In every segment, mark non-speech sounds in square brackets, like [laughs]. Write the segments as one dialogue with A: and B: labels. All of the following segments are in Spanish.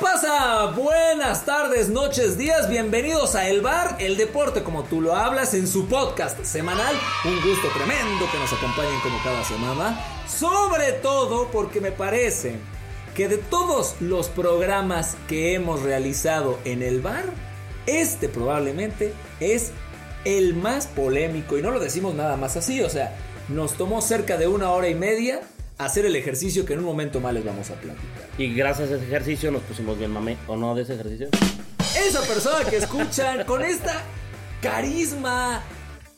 A: raza? Buenas tardes, noches, días. Bienvenidos a El Bar, el deporte como tú lo hablas en su podcast semanal. Un gusto tremendo que nos acompañen como cada semana. Sobre todo porque me parece que de todos los programas que hemos realizado en El Bar, este probablemente es el más polémico. Y no lo decimos nada más así, o sea, nos tomó cerca de una hora y media hacer el ejercicio que en un momento más les vamos a platicar.
B: Y gracias a ese ejercicio nos pusimos bien mame, ¿o no de ese ejercicio?
A: Esa persona que escuchan con esta carisma,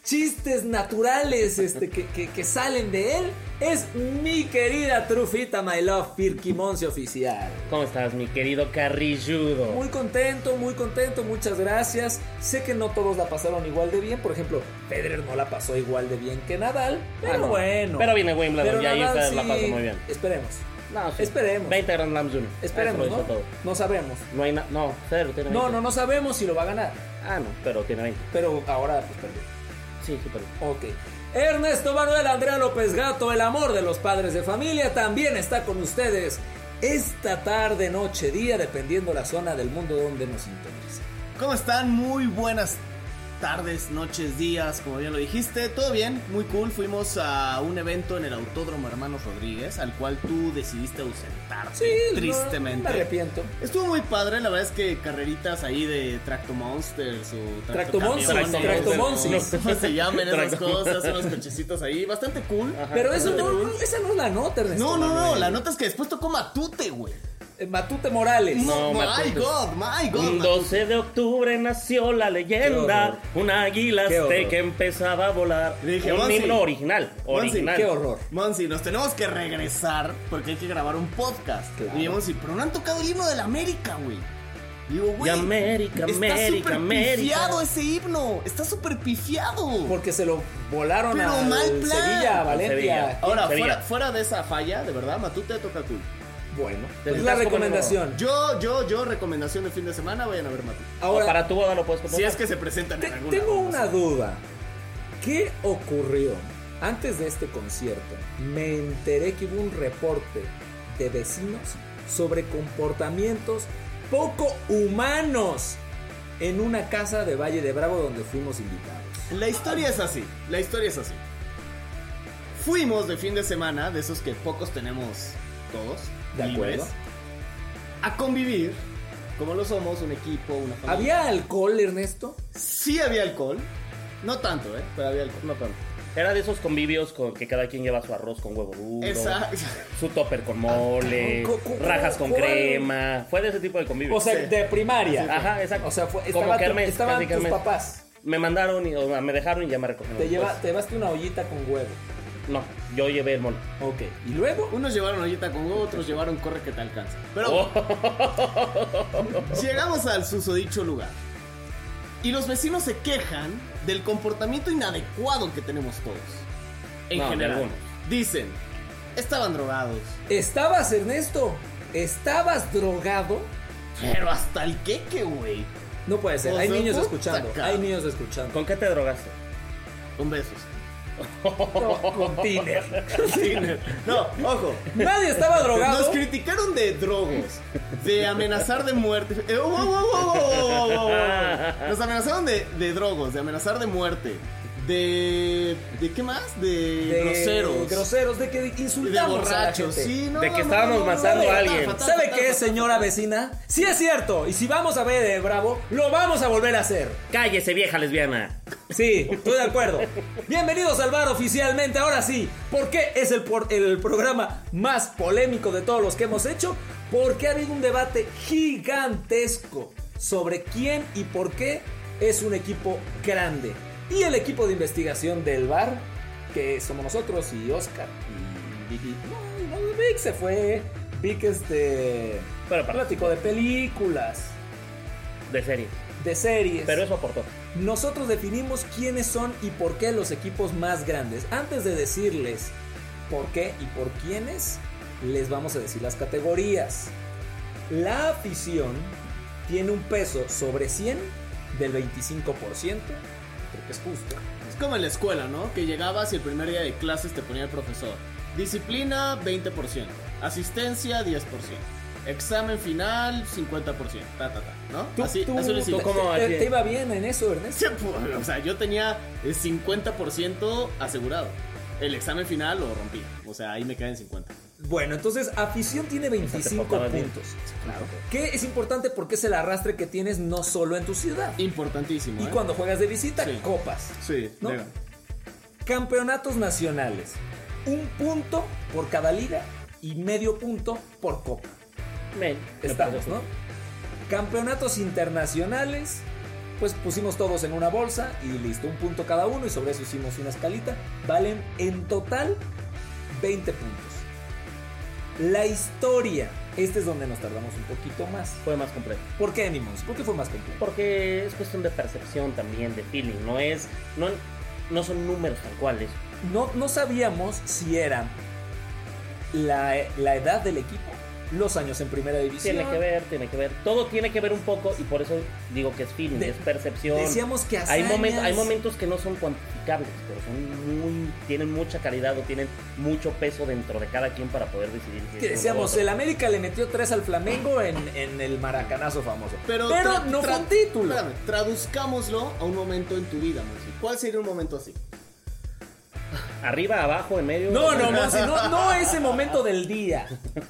A: chistes naturales este, que, que- que salen de él, es mi querida Trufita My Love, Firky Monce Oficial.
B: ¿Cómo estás, mi querido carrilludo?
A: Muy contento, muy contento, muchas gracias. Sé que no todos la pasaron igual de bien, por ejemplo, Federer no la pasó igual de bien que Nadal, pero
B: Ah, no.
A: bueno.
B: Pero viene Wimbledon
A: Pero
B: y ahí
A: Nadal
B: ustedes la
A: sí,
B: pasan muy bien.
A: Esperemos,
B: No, sí.
A: Esperemos.
B: 20 Grand Slams Junior.
A: esperemos,
B: Eso
A: ¿no?
B: lo hizo todo.
A: No sabemos.
B: No hay nada. No, Federer tiene
A: No,
B: 20.
A: no, no sabemos si lo va a ganar,
B: Ah, no, pero tiene 20.
A: pero ahora pues perdió.
B: Sí, sí, pero.
A: Ok. Ernesto Manuel Andrea López Gato, el amor de los padres de familia, también está con ustedes esta tarde, noche, día, dependiendo la zona del mundo donde nos interese.
C: ¿Cómo están? Muy buenas tardes, noches, días, como bien lo dijiste. Todo bien, muy cool. Fuimos a un evento en el Autódromo Hermanos Rodríguez, al cual tú decidiste ausentarte,
A: no,
C: tristemente. Ah,
A: me arrepiento.
C: Estuvo muy padre, la verdad es que carreritas ahí de Tracto Monsters o
A: Tracto
C: Tractocamiones,
B: Monsters, Tracto
A: Monsters.
C: [laughs] ¿Cómo se llaman esas
B: Tracto-
C: cosas? Unos cochecitos ahí, bastante cool.
A: Pero eso no, no, esa no es la nota, Ernesto.
C: No, no, no,
A: Manuel.
C: la nota es que después tocó Matute, güey.
A: Eh, Matute Morales.
B: No,
C: my
B: Matute.
C: God, my God.
B: Un
C: Matute.
B: 12 de octubre nació la leyenda, un águila
A: Qué horror.
B: azteca empezaba a volar.
C: Le dije,
B: un
C: Monsi.
B: himno original,
C: Monsi,
B: original.
A: qué horror.
C: Monsi, nos tenemos que regresar porque hay que grabar un podcast.
A: Claro.
C: Oye, Monsi, pero no han tocado el himno de la América, güey. Digo, güey.
B: Y América,
C: está
B: América,
C: súper
B: América.
C: pifiado ese himno. Está súper pifiado.
A: Porque se lo volaron
C: Pero
A: a
C: mal plan.
A: Sevilla, a Valencia.
B: Sevilla.
C: Ahora,
B: Sevilla.
C: fuera, fuera de esa falla, de verdad, Matute toca cool.
A: Bueno,
B: Te
A: es la
B: estás poniendo-
A: recomendación.
C: Yo, yo, yo, recomendación de fin de semana, vayan a ver Matute.
A: Ahora,
B: o para tu boda lo puedes
C: Si
B: contratar.
C: es que se presentan
A: Te-
C: en alguna.
A: tengo
C: vamos.
A: una duda. ¿Qué ocurrió? Antes de este concierto, me enteré que hubo un reporte de vecinos sobre comportamientos poco humanos en una casa de Valle de Bravo donde fuimos invitados.
C: La historia es así, la historia es así. Fuimos de fin de semana, de esos que pocos tenemos todos,
A: De
C: libres,
A: acuerdo.
C: a convivir, como lo somos, un equipo, una familia.
A: ¿Había alcohol, Ernesto?
C: Sí había alcohol, no tanto, ¿eh? Pero había alcohol.
B: No tanto. Era de esos convivios con que cada quien lleva su arroz con huevo duro.
C: Exacto.
B: Su topper con mole,
A: Ah, cabrón, ¿cu- cu-
B: rajas con
A: cuál?
B: crema. Fue de ese tipo de convivios.
A: O sea,
C: Sí.
A: de primaria.
B: Ajá, exacto.
A: O sea, fue-
B: Como
A: estaba tu-
B: Kermés,
A: estaban
B: casi
A: tus
B: Kermés.
A: papás.
B: Me mandaron, y, o sea, me dejaron y ya me recogieron.
A: Te, lleva,
B: después.
A: te llevaste una ollita con huevo.
B: No, yo llevé el mole.
A: Ok. ¿Y luego?
C: [laughs] Unos llevaron ollita con huevo, otros llevaron corre que te alcanza. Pero
B: Oh,
A: Oh.
C: llegamos al susodicho lugar. Y los vecinos se quejan del comportamiento inadecuado que tenemos todos. En
B: No, de
C: general.
B: algunos.
C: Dicen, estaban drogados.
A: ¿Estabas, Ernesto? ¿Estabas drogado?
C: Pero hasta el queque, güey.
A: No puede ser,
C: O
A: hay
C: sea,
A: niños
C: puta
A: escuchando,
C: cara.
A: hay niños escuchando.
B: ¿Con qué te drogaste?
C: Con besos.
A: No, con Tinder.
C: No, ojo.
A: Nadie estaba
C: Nos
A: drogado.
C: criticaron de drogos, de amenazar de muerte. Eh, wow, wow, wow, wow, wow, wow, wow. oh, Nos amenazaron de, de drogos, de amenazar de muerte, de. ¿De qué más? De,
A: De
C: groseros.
A: Groseros, de que
C: y de
A: insultamos a la
C: borrachos.
A: gente.
C: Sí, no,
B: De que
C: no,
B: estábamos
C: no, no,
B: matando
C: no,
B: a
C: fatal,
B: alguien.
C: fatal,
A: ¿Sabe
C: fatal,
A: qué,
C: fatal,
A: señora
C: fatal.
A: vecina? Sí es cierto, y si vamos a ver de Bravo, lo vamos a volver a hacer.
B: ¡Cállese, vieja lesbiana!
A: Sí, estoy de acuerdo. Bienvenidos al bar oficialmente, ahora sí. ¿Por qué es el, por- el programa más polémico de todos los que hemos hecho? Porque ha habido un debate gigantesco sobre quién y por qué es un equipo grande. Y el equipo de investigación del bar, que somos nosotros y Oscar y Vicky. No, no, Vic se fue. Vic este...
B: Pero para-
A: Platicó de películas,
B: De serie.
A: de series.
B: Pero eso aportó.
A: Nosotros definimos quiénes son y por qué los equipos más grandes. Antes de decirles por qué y por quiénes, les vamos a decir las categorías. La afición tiene un peso sobre 100 del 25%, creo que es justo.
C: Es como en la escuela, ¿no? Que llegabas y el primer día de clases te ponía el profesor. Disciplina, 20%. Asistencia, 10%. Examen final, 50%. Ta, ta, ta, ¿no?
A: Tú,
C: así,
A: tú-
C: así lo
A: tú
C: hicimos.
B: ¿cómo
A: te,
B: así?
A: te iba bien en eso, Ernesto.
C: Sí, pues, [laughs] O sea, yo tenía el 50% asegurado. El examen final lo rompí. O sea, ahí me caen 50.
A: Bueno, entonces afición tiene 25
B: portabas bien.
A: puntos. Que es importante porque es el arrastre que tienes no solo en tu ciudad.
C: Importantísimo.
A: Y
C: ¿eh?
A: cuando juegas de visita,
C: Sí.
A: copas.
C: Sí,
A: ¿No?
C: venga.
A: Campeonatos nacionales. Un punto por cada liga y medio punto por copa.
B: Men, me
A: Estamos,
B: parece.
A: ¿no? Campeonatos internacionales. Pues pusimos todos en una bolsa y listo, un punto cada uno y sobre eso hicimos una escalita. Valen en total 20 puntos. La historia. Este es donde nos tardamos un poquito más.
B: Fue más complejo.
A: ¿Por qué Animals? ¿Por qué fue más complejo?
B: Porque es cuestión de percepción también, de feeling. No es. No, no son números tal cual. es-
A: No, no sabíamos si era la, la edad del equipo, los años en primera división.
B: Tiene que ver, tiene que ver. Todo tiene que ver un poco y por eso digo que es feeling,
A: De-
B: es percepción.
A: Decíamos que
B: Hay,
A: hazañas-
B: momen- hay momentos que no son cuantificables, pero son muy, tienen mucha calidad o tienen mucho peso dentro de cada quien para poder decidir. si es
A: Que
B: uno u
A: decíamos,
B: otro.
A: el América le metió tres al Flamengo en, en el maracanazo famoso. Pero,
C: tra-
A: no fue
C: tra-
A: un título.
C: espérame, traduzcámoslo a un momento en tu vida, Monsi. ¿Cuál sería un momento así?
B: Arriba, abajo, en medio.
A: No, no, Monsi, no, no ese momento del día.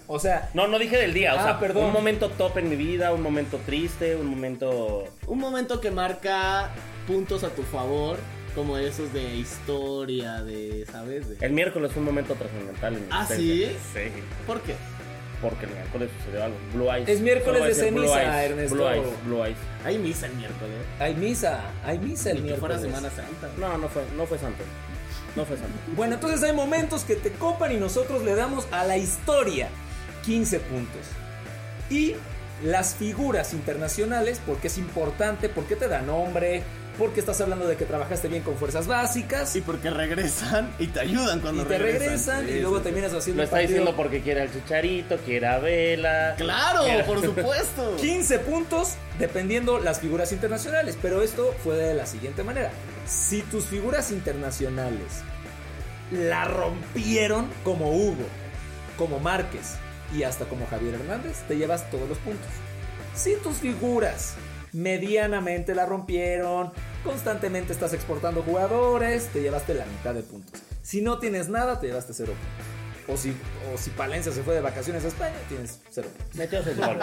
A: O sea,
B: No, no dije del día, o
A: Ah,
B: sea,
A: perdón.
B: un momento top en mi vida, un momento triste, un momento...
C: Un momento que marca puntos a tu favor, como esos de historia, de, ¿sabes? De-
B: El miércoles fue un momento trascendental en mi
C: ¿Ah,
B: existencia. Sí,
C: ¿Por qué?
B: porque el miércoles sucedió algo. Blue Eyes.
A: Es miércoles
B: Solo voy a
A: de
B: decir Blue
A: ceniza,
B: Eyes,
A: Ernesto.
B: Blue Eyes, Blue Eyes.
C: Hay misa el miércoles.
A: hay misa, hay misa el
C: Ni que fuera
A: miércoles.
C: Semana Santa. ¿no?
B: No, no fue, no fue santo. No fue santo.
A: Bueno, entonces hay momentos que te copan y nosotros le damos a la historia 15 puntos. Y las figuras internacionales, porque es importante, porque te da nombre, porque estás hablando de que trabajaste bien con fuerzas básicas
C: Sí, porque regresan y te ayudan
A: y
C: cuando
A: te regresan,
C: Sí,
A: y luego
C: sí, sí.
A: terminas haciendo
B: Lo
A: un
B: está
A: partido.
B: diciendo porque quiere al Chicharito, quiere a Vela.
C: ¡Claro!
B: Quiere-
C: ¡Por
A: [laughs]
C: supuesto!
A: 15 puntos dependiendo las figuras internacionales, pero esto fue de la siguiente manera. Si tus figuras internacionales la rompieron como Hugo, como Márquez y hasta como Javier Hernández, te llevas todos los puntos. Si tus figuras medianamente la rompieron, constantemente estás exportando jugadores, te llevaste la mitad de puntos. Si no tienes nada, te llevaste cero puntos. O si, o si Palencia se fue de vacaciones a España, tienes cero puntos.
B: Metió seis goles.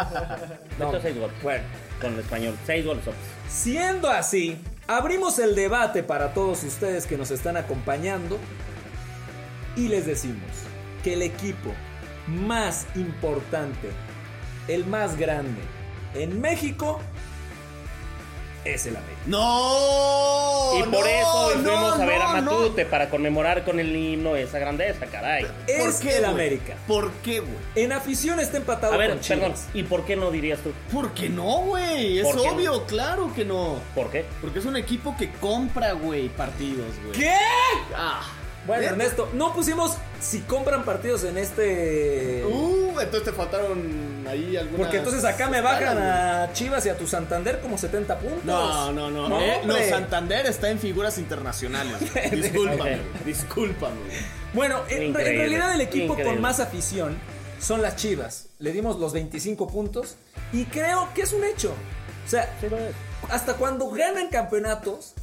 B: Metió seis goles.
A: Bueno,
B: Con el español. Seis goles. Ops.
A: Siendo así, abrimos el debate para todos ustedes que nos están acompañando y les decimos que el equipo más importante, el más grande en México es el América.
C: ¡No!
A: Oh,
B: Y por
C: ¡No!
B: eso hoy
C: ¡No!
B: fuimos a ver a
C: ¡No!
B: Matute para conmemorar con el himno esa grandeza, caray.
C: ¿Por
A: Es
C: qué,
A: el
C: güey?
A: América.
C: ¿Por qué, güey?
A: En afición está empatado
B: A ver,
A: con
B: perdón,
A: Chivas.
B: ¿y por qué no dirías tú?
C: ¿Por qué no, güey? Es
B: ¿Por qué
C: obvio, claro que no.
B: ¿Por qué?
C: Porque es un equipo que compra, güey, partidos, güey.
A: ¿Qué?
C: Ah.
A: Bueno,
C: ¿Neta?
A: Ernesto, no pusimos si compran partidos en este...
C: Uh, entonces te faltaron ahí algunas...
A: Porque entonces acá me bajan
C: escalas,
A: a Chivas y a tu Santander como 70 puntos.
C: güey. No, no, no.
A: No,
C: eh, no,
A: hombre.
C: Santander está en figuras internacionales.
A: [laughs]
C: güey. Discúlpame, güey, discúlpame. güey.
A: Bueno, en,
B: Increíble,
A: en realidad el equipo
B: increíble.
A: con más afición son las Chivas. Le dimos los 25 puntos y creo que es un hecho. O sea,
B: Sí, lo es.
A: hasta cuando ganan campeonatos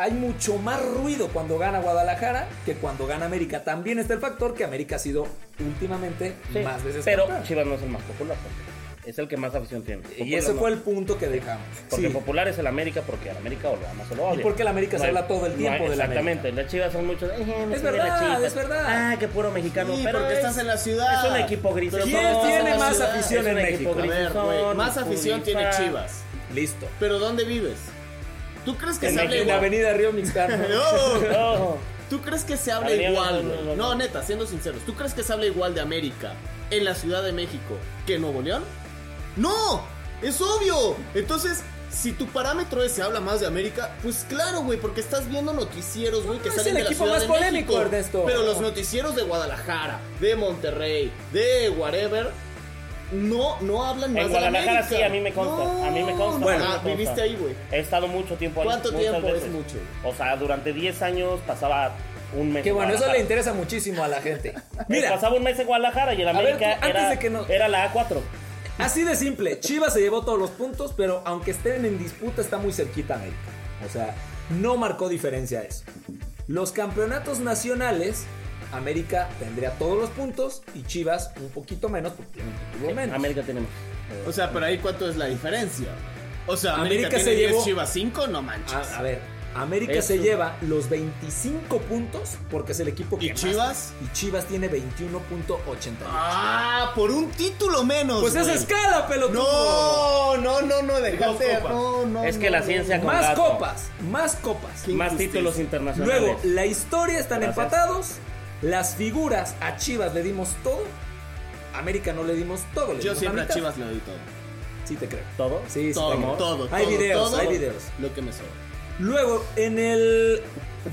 A: hay mucho más ruido cuando gana Guadalajara que cuando gana América. También está el factor que América ha sido últimamente
B: Sí,
A: más veces
B: Pero
A: campeón.
B: Chivas no es el más popular. tampoco. Es el que más afición tiene.
A: Y ese fue el punto que dejamos.
B: Porque
A: Sí.
B: popular es el América, porque el América o lo amas o lo odias.
A: Y porque el América se
B: No hay-
A: habla todo el
B: no
A: tiempo
B: hay-
A: del
B: Exactamente, las chivas son muchos. "Eh,
A: Es verdad, es verdad.
B: Ah, qué puro mexicano.
C: Sí,
B: pero
C: porque
B: es-
C: estás en la ciudad.
B: Es un equipo gris.
C: Pero
A: ¿Quién
C: somos
A: tiene
C: una
A: más
C: ciudad.
A: afición
B: Es un
A: en
B: equipo
A: México?
C: A ver, güey,
B: grisón,
C: más afición tiene
B: purista.
C: Chivas.
A: Listo.
C: Pero ¿dónde vives? ¿Tú crees que
B: En
C: se habla
B: México.
A: En la
C: igual?
A: avenida Río Mixcano. [laughs]
C: [laughs] No.
B: Oh,
C: ¿Tú crees que se habla
B: Avenida,
C: igual,
B: no, no,
C: güey?
B: no, no.
C: No, neta, siendo sinceros, ¿tú crees que se habla igual de América en la Ciudad de México que en Nuevo León? ¡No! ¡Es obvio! Entonces, si tu parámetro es se habla más de América, pues claro, güey, porque estás viendo noticieros, güey, que
A: es
C: salen
A: el
C: de la
A: equipo
C: Ciudad
A: más
C: de
A: polémico,
C: México.
A: Ernesto.
C: Pero los noticieros de Guadalajara, de Monterrey, de whatever, no, no hablan más
B: En
C: de la
B: Guadalajara
C: América.
B: sí, a mí me consta,
C: No.
B: a mí me consta,
C: Bueno,
B: a mí me
C: ah,
B: consta.
C: viviste ahí, güey.
B: He estado mucho tiempo ahí.
C: ¿Cuánto
B: muchas
C: tiempo
B: veces.
C: es mucho?
B: O sea, durante 10 años pasaba un mes.
A: Que
B: en
A: bueno, eso le
B: Guadalajara.
A: interesa
B: [laughs]
A: muchísimo a la gente.
B: Me
A: Mira,
B: Pasaba un mes en Guadalajara y el
A: ver,
B: América
A: tú, antes
B: era,
A: de que no-
B: era la A4.
A: Así de simple. Chivas se llevó todos los puntos, pero aunque estén en disputa, está muy cerquita América. O sea, no marcó diferencia eso. Los campeonatos nacionales, América tendría todos los puntos y Chivas un poquito menos, porque tiene un título menos.
B: América tenemos.
C: O sea, pero ahí cuánto es la diferencia. O sea, América,
A: América se
C: tiene 10
A: llevó- Ah,
C: Chivas 5, no manches.
A: A, a ver, América
B: Es
A: se
B: un-
A: lleva los 25 puntos porque es el equipo que
C: ¿Y
A: más-
C: Chivas?
A: Y Chivas tiene 21.80.
C: Ah, por un título menos.
A: Pues es
C: güey.
A: escala, pelotudo.
C: No, no, no, no, dejaste.
B: Dos copas.
C: No, no.
B: Es que
C: no,
B: la
C: no,
B: ciencia
C: no.
B: con-
A: Más
B: Gato.
A: copas, más copas.
C: Qué
B: Más
C: injusticia.
B: títulos internacionales.
A: Luego, la historia están
B: Gracias.
A: empatados. Las figuras a Chivas le dimos todo. América no le dimos todo. le
C: Yo
A: dimos
C: siempre
A: la
C: a
A: mitad.
C: Chivas le doy todo.
A: Sí, te creo.
B: ¿Todo?
A: Sí, sí,
C: Todo,
A: te creo.
C: todo, todo.
A: Hay videos,
C: todo
A: hay videos.
C: Lo que me sobra.
A: Luego, en el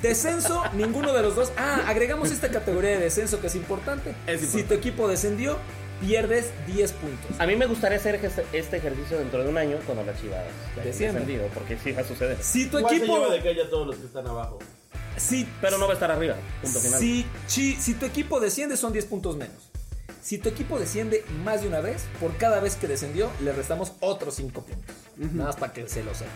A: descenso, [laughs] ninguno de los dos. Ah, agregamos esta categoría de descenso que es importante.
C: Es
A: Si tu equipo descendió, pierdes 10 puntos.
B: A mí me gustaría hacer este- este ejercicio dentro de un año cuando las chivas ya hayan
A: Desciendan.
B: descendido, porque sí va a suceder.
A: Si tu
D: ¿Cuál se
A: equipo.
D: lleva de calle a todos los que están abajo?
A: Si,
B: Pero no va a estar arriba. Punto final.
A: si, chi- si tu equipo desciende, son 10 puntos menos. Si tu equipo desciende más de una vez, por cada vez que descendió, le restamos otros 5 puntos. Nada más para que se lo sepa.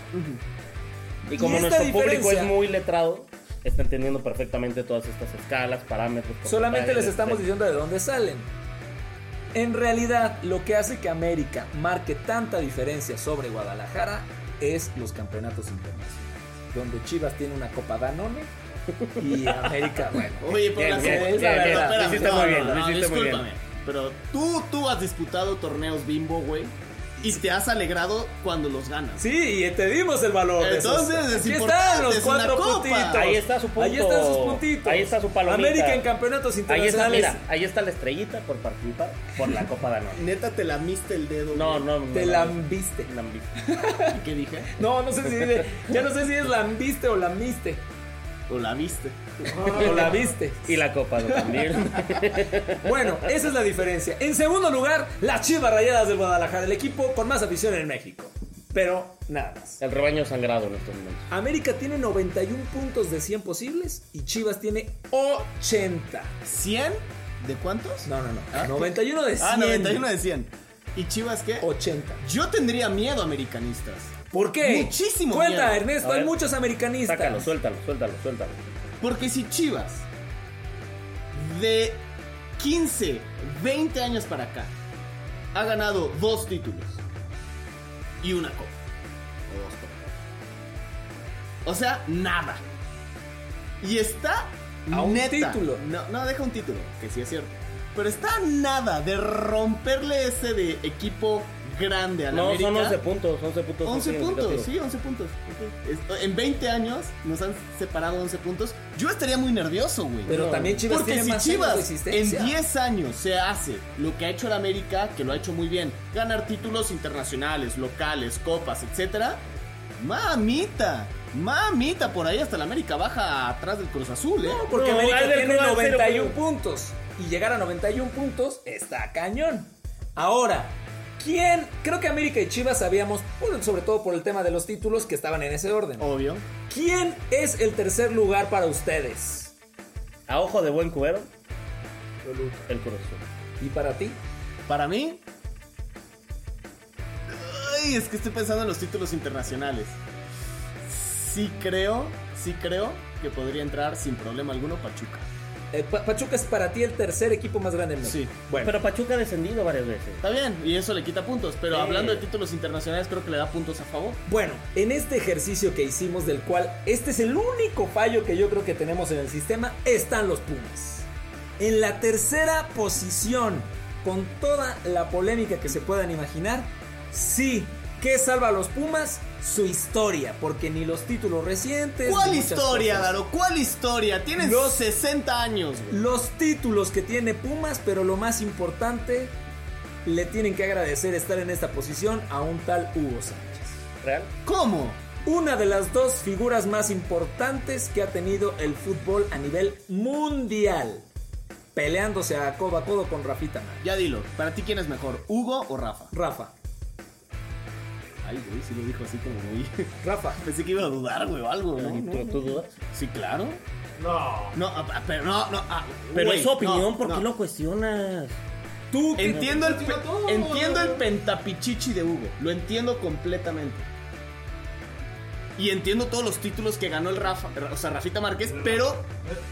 B: Y como
A: esta
B: nuestro público
A: diferencia-
B: es muy letrado, está entendiendo perfectamente todas estas escalas, parámetros.
A: Solamente
B: porcentajes,
A: les estamos
B: etcétera.
A: diciendo de dónde salen. En realidad, lo que hace que América marque tanta diferencia sobre Guadalajara es los campeonatos internacionales, donde Chivas tiene una Copa Danone y
B: [laughs]
A: América, bueno.
C: Oye, pero
B: Bien,
C: la
B: bien,
C: gente-
A: bien,
C: espérame,
A: bien, bien.
C: espérame,
B: Lo hiciste
C: no,
B: muy bien,
C: no,
B: lo
C: no,
B: hiciste muy bien.
C: discúlpame, Pero tú, tú has disputado torneos bimbo, güey. Y te has alegrado cuando los ganas.
A: Sí, y te dimos el valor. de esos.
C: Entonces, es
A: Aquí
C: importante,
A: están los
C: es
A: cuatro
C: una copa.
A: puntitos.
B: Ahí está su punto.
A: Ahí están sus puntitos.
B: Ahí está su palomita.
A: América en campeonatos
B: Ahí está,
A: internacionales.
B: mira, ahí está la estrellita por participar por la Copa Danone.
C: Neta, te lamiste el dedo.
B: No,
C: güey.
B: no, no.
A: Te
B: no,
A: lambiste.
B: no, no,
C: ¿Y qué dije?
A: No, no sé si dice- ya no sé si es lambiste o lambiste
C: O la viste.
A: o la viste.
B: Y la Copa Danone también.
A: Bueno, esa es la diferencia. En segundo lugar, las Chivas Rayadas del Guadalajara, el equipo con más afición en México. Pero nada más.
B: El rebaño sangrado en estos momentos.
A: América tiene 91 puntos de 100 posibles y Chivas tiene 80.
C: ¿100? ¿De cuántos?
A: No, no, no. 91 de 100.
C: Ah, 91 de 100. ¿Y Chivas qué?
A: 80.
C: Yo tendría miedo, americanistas.
A: ¿Por qué?
C: Muchísimo
A: Cuenta,
C: miedo.
A: Ernesto,
B: A
A: hay
B: ver,
A: muchos americanistas.
B: Sácalo, suéltalo, suéltalo, suéltalo.
C: Porque si Chivas de 15, 20 años para acá ha ganado dos títulos y una copa. O dos copas. O sea, nada. Y está
A: A un
C: neta-
A: título.
C: No, no, deja un título, que sí es cierto. Pero está a nada de romperle ese de equipo grande al
B: No,
C: América.
B: son 11 puntos, 11 puntos.
C: 11 puntos,
B: significativos.
C: sí, 11 puntos. ok. Esto- En 20 años nos han separado 11 puntos. Yo estaría muy nervioso, güey.
A: Pero
B: No,
A: también Chivas
C: Porque
A: tiene
C: si
A: más años de
C: Chivas
A: existencia.
C: en 10 años se hace lo que ha hecho el América, que lo ha hecho muy bien, ganar títulos internacionales, locales, copas, etcétera, mamita, mamita, por ahí hasta el América baja atrás del Cruz Azul, ¿eh?
A: No, porque
B: No,
A: América
B: Albert
A: tiene
B: Cruz,
A: 91
B: cero
A: puntos. Y llegar a 91 puntos está cañón. Ahora, ¿quién? Creo que América y Chivas sabíamos, por- sobre todo por el tema de los títulos, que estaban en ese orden.
C: Obvio.
A: ¿Quién es el tercer lugar para ustedes?
B: A ojo de buen cubero, el Cruz
A: ¿Y
B: Azul.
A: para ti?
C: Para mí. Ay, es que estoy pensando en los títulos internacionales. Sí creo, sí creo que podría entrar sin problema alguno Pachuca.
A: Eh, Pa- Pachuca es para ti el tercer equipo más grande en México.
C: Sí.
A: Bueno,
B: Pero Pachuca ha descendido varias veces.
C: Está bien, y eso le quita puntos, pero
B: Sí.
C: hablando de títulos internacionales creo que le da puntos a favor.
A: Bueno, en este ejercicio que hicimos, del cual este es el único fallo que yo creo que tenemos en el sistema, están los Pumas. En la tercera posición, con toda la polémica que se puedan imaginar, sí, ¿qué salva a los Pumas? Su historia, porque ni los títulos recientes.
C: ¿Cuál
A: ni muchas
C: historia,
A: cosas.
C: Daro? ¿Cuál historia? Tienes
A: Los-
C: 60 años, güey.
A: Los títulos que tiene Pumas, pero lo más importante, le tienen que agradecer estar en esta posición a un tal Hugo Sánchez.
B: ¿Real?
C: ¿Cómo?
A: Una de las dos figuras más importantes que ha tenido el fútbol a nivel mundial. Peleándose a codo a codo con Rafita Márquez.
C: Ya dilo, ¿para ti quién es mejor, Hugo o Rafa?
A: Rafa,
C: Ay, güey, sí lo dijo así como muy... [laughs]
A: Rafa.
C: Pensé que iba a dudar, güey, o algo, ¿no?
B: ¿Y ¿Tú, tú dudas?
C: Sí, claro.
D: No.
C: No, ah, ah, pero no, no. ah,
B: Pero
C: güey,
B: es su opinión,
C: no,
B: ¿por qué
C: no.
B: lo cuestionas?
A: Tú
C: Entiendo el, pe-
D: Tira todo,
C: entiendo el
D: güey.
C: pentapichichi de Hugo. Lo entiendo completamente. Y entiendo todos los títulos que ganó el Rafa, o sea, Rafita Márquez, pero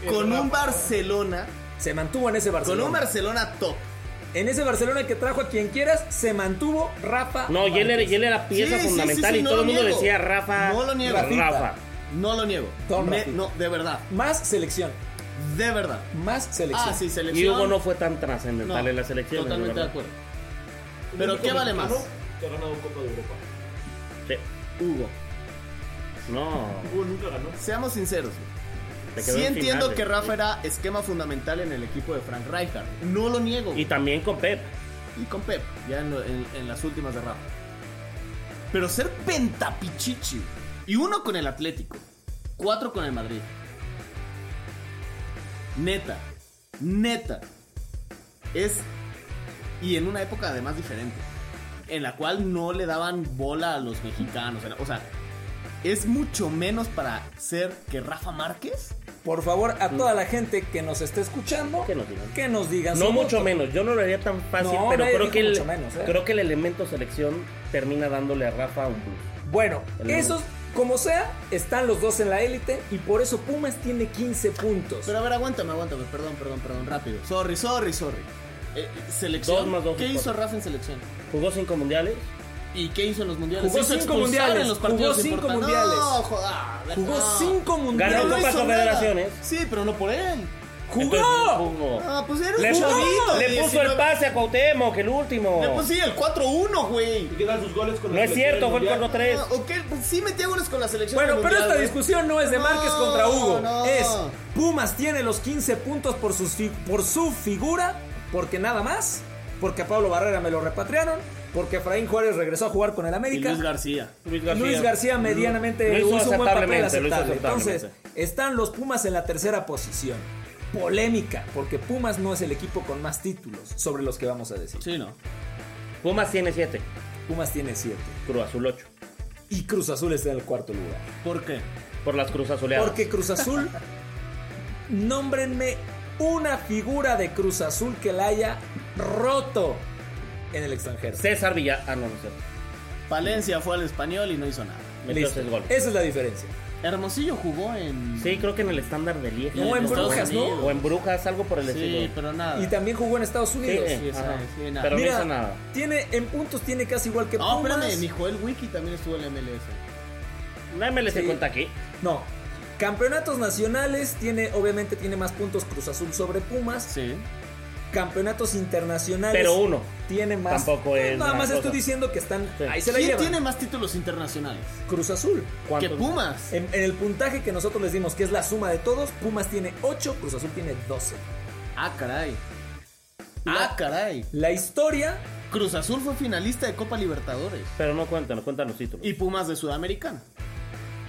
D: El
C: con un
D: Rafa.
C: Barcelona,
A: se mantuvo en ese
C: con
A: Barcelona.
C: un Barcelona top.
A: En ese Barcelona que trajo a quien quieras, se mantuvo Rafa.
B: No, y él, era,
A: Márquez.
B: y él era pieza
C: Ah, Sí, sí,
B: fundamental
C: sí, sí,
B: y
C: no
B: todo
C: lo
B: el mundo
C: niego.
B: decía Rafa.
C: No lo niego.
B: Rafa.
C: No lo niego.
A: Don
C: Me-
A: Rafita.
C: no, de verdad.
A: Más selección.
C: De verdad.
A: Más selección.
C: Ah, sí,
B: Y
C: selección.
B: Hugo no fue tan trascendental
C: No,
B: en la selección.
C: Totalmente de acuerdo. Pero,
D: único
C: ¿qué vale
D: mexicano
C: más?
D: Que ha ganado un Copa de Europa.
C: Hugo,
B: No,
D: Hugo nunca ganó.
C: seamos sinceros.
B: te quedó
C: Sí
B: en
C: entiendo
B: finales.
C: que Rafa era esquema fundamental en el equipo de Frank Rijkaard. No lo niego.
B: Y también con Pep.
C: Y con Pep, ya en, lo- en- en las últimas de Rafa. Pero ser pentapichichi. Y uno con el Atlético. Cuatro con el Madrid. Neta. Neta. Es. Y en una época además diferente. En la cual no le daban bola a los mexicanos. O sea, es mucho menos para ser que Rafa Márquez.
A: Por favor,
C: Mm.
A: a toda la gente que nos esté escuchando,
B: Que nos digan.
A: que nos digan
B: No
A: su
B: mucho
A: voto.
B: menos, yo no lo haría tan fácil,
A: No,
B: pero
A: nadie
B: creo
A: dijo
B: que, el,
A: mucho menos, ¿eh?
B: creo que el elemento selección termina dándole a Rafa un plus.
A: Bueno,
B: El
A: esos, como sea, están los dos en la élite y por eso Pumas tiene 15 puntos.
C: Pero a ver, aguántame, aguántame. Perdón, perdón, perdón. Rápido. Sorry, sorry, sorry. Eh, eh, selección.
B: Dos más dos
C: ¿Qué
B: es
C: hizo
B: cuatro.
C: Rafa en selección?
B: Jugó cinco mundiales,
C: ¿Y qué hizo en los mundiales?
A: Jugó
C: Se hizo
A: cinco
C: expulsar
A: mundiales,
C: En los
A: jugó
C: partidos
A: cinco
C: importantes.
A: mundiales.
C: No, joda,
A: Jugó
C: no.
A: 5 mundiales.
B: Ganó
C: Pero no
B: Copa
C: hizo
B: Confederaciones.
C: nada. Sí, pero no por él.
B: entonces
A: ¡Jugó!
B: jugó.
C: Ah, pues era un
B: Le, puso-
C: chavito
B: le
C: de
B: puso
C: 19.
B: el pase a Cuauhtémoc, el último.
C: Le puso sí, el 4-1, güey.
D: ¿Y qué tal sus goles con
B: No
D: la
B: es
D: selección
B: cierto, fue el
D: mundial?
B: 4-3.
C: Ah, ¿O qué? Sí metía goles con la selección.
A: Bueno,
C: del
A: pero
C: mundial,
A: esta
C: güey.
A: discusión no es de
C: No,
A: Márquez contra Hugo.
C: no.
A: Es Pumas tiene los 15 puntos por, sus fi- por su figura, porque nada más, porque a Pablo Barrera me lo repatriaron, porque Efraín Juárez regresó a jugar con el
C: Y
A: América.
C: Luis García.
B: Luis
A: Luis García medianamente
B: Lo hizo
A: hizo, un buen papel
B: aceptablemente, lo hizo
A: aceptable.
B: aceptablemente.
A: Entonces, están los Pumas en la tercera posición. Polémica, porque Pumas no es el equipo con más títulos sobre los que vamos a decir.
C: Sí, no.
B: Pumas tiene siete,
A: Pumas tiene 7
B: Cruz Azul 8.
A: y Cruz Azul está en el cuarto lugar.
C: ¿Por qué?
B: Por las Cruz Azuleadas.
A: Porque Cruz
B: [laughs]
A: Azul, nómbrenme una figura de Cruz Azul que la haya roto en el extranjero.
B: César Villa. Ah, no, no es cierto.
C: Palencia fue al español y no hizo nada.
B: Metió
A: Listo. Eh,
B: seis goles.
A: Esa es la diferencia.
C: Hermosillo jugó en.
B: Sí, creo que en el estándar de Lieja.
A: O en
B: Estados
A: Brujas, ¿no?
B: Unidos. O en Brujas, algo por el
C: Sí,
B: estilo.
C: pero nada.
A: Y también jugó en Estados Unidos.
B: Sí,
C: esa-
B: ajá.
C: sí, nada.
B: Pero no
A: Mira,
B: hizo nada.
A: Tiene, en puntos tiene casi igual que
C: No,
A: Pumas.
C: espérame, mi Joel Wiki también estuvo en la MLS.
B: La MLS
A: Sí.
B: cuenta aquí.
A: No. Campeonatos nacionales tiene, obviamente tiene más puntos Cruz Azul sobre Pumas.
C: Sí.
A: Campeonatos internacionales
B: Pero uno.
A: tiene más.
B: Tampoco es
A: Nada
B: gran
A: más
B: cosa.
A: estoy diciendo que están.
B: Sí.
A: Ahí se la
C: ¿Quién
A: llevan.
C: tiene más títulos internacionales?
A: Cruz Azul.
C: Que
B: ¿Cuántos?
C: Pumas.
A: En, en el puntaje que nosotros les dimos, que es la suma de todos, Pumas tiene 8, Cruz Azul tiene 12.
C: Ah, caray. Ah, caray.
A: La historia,
C: Cruz Azul fue finalista de Copa Libertadores.
B: Pero no cuentan, cuentan los títulos.
C: Y Pumas de Sudamericana.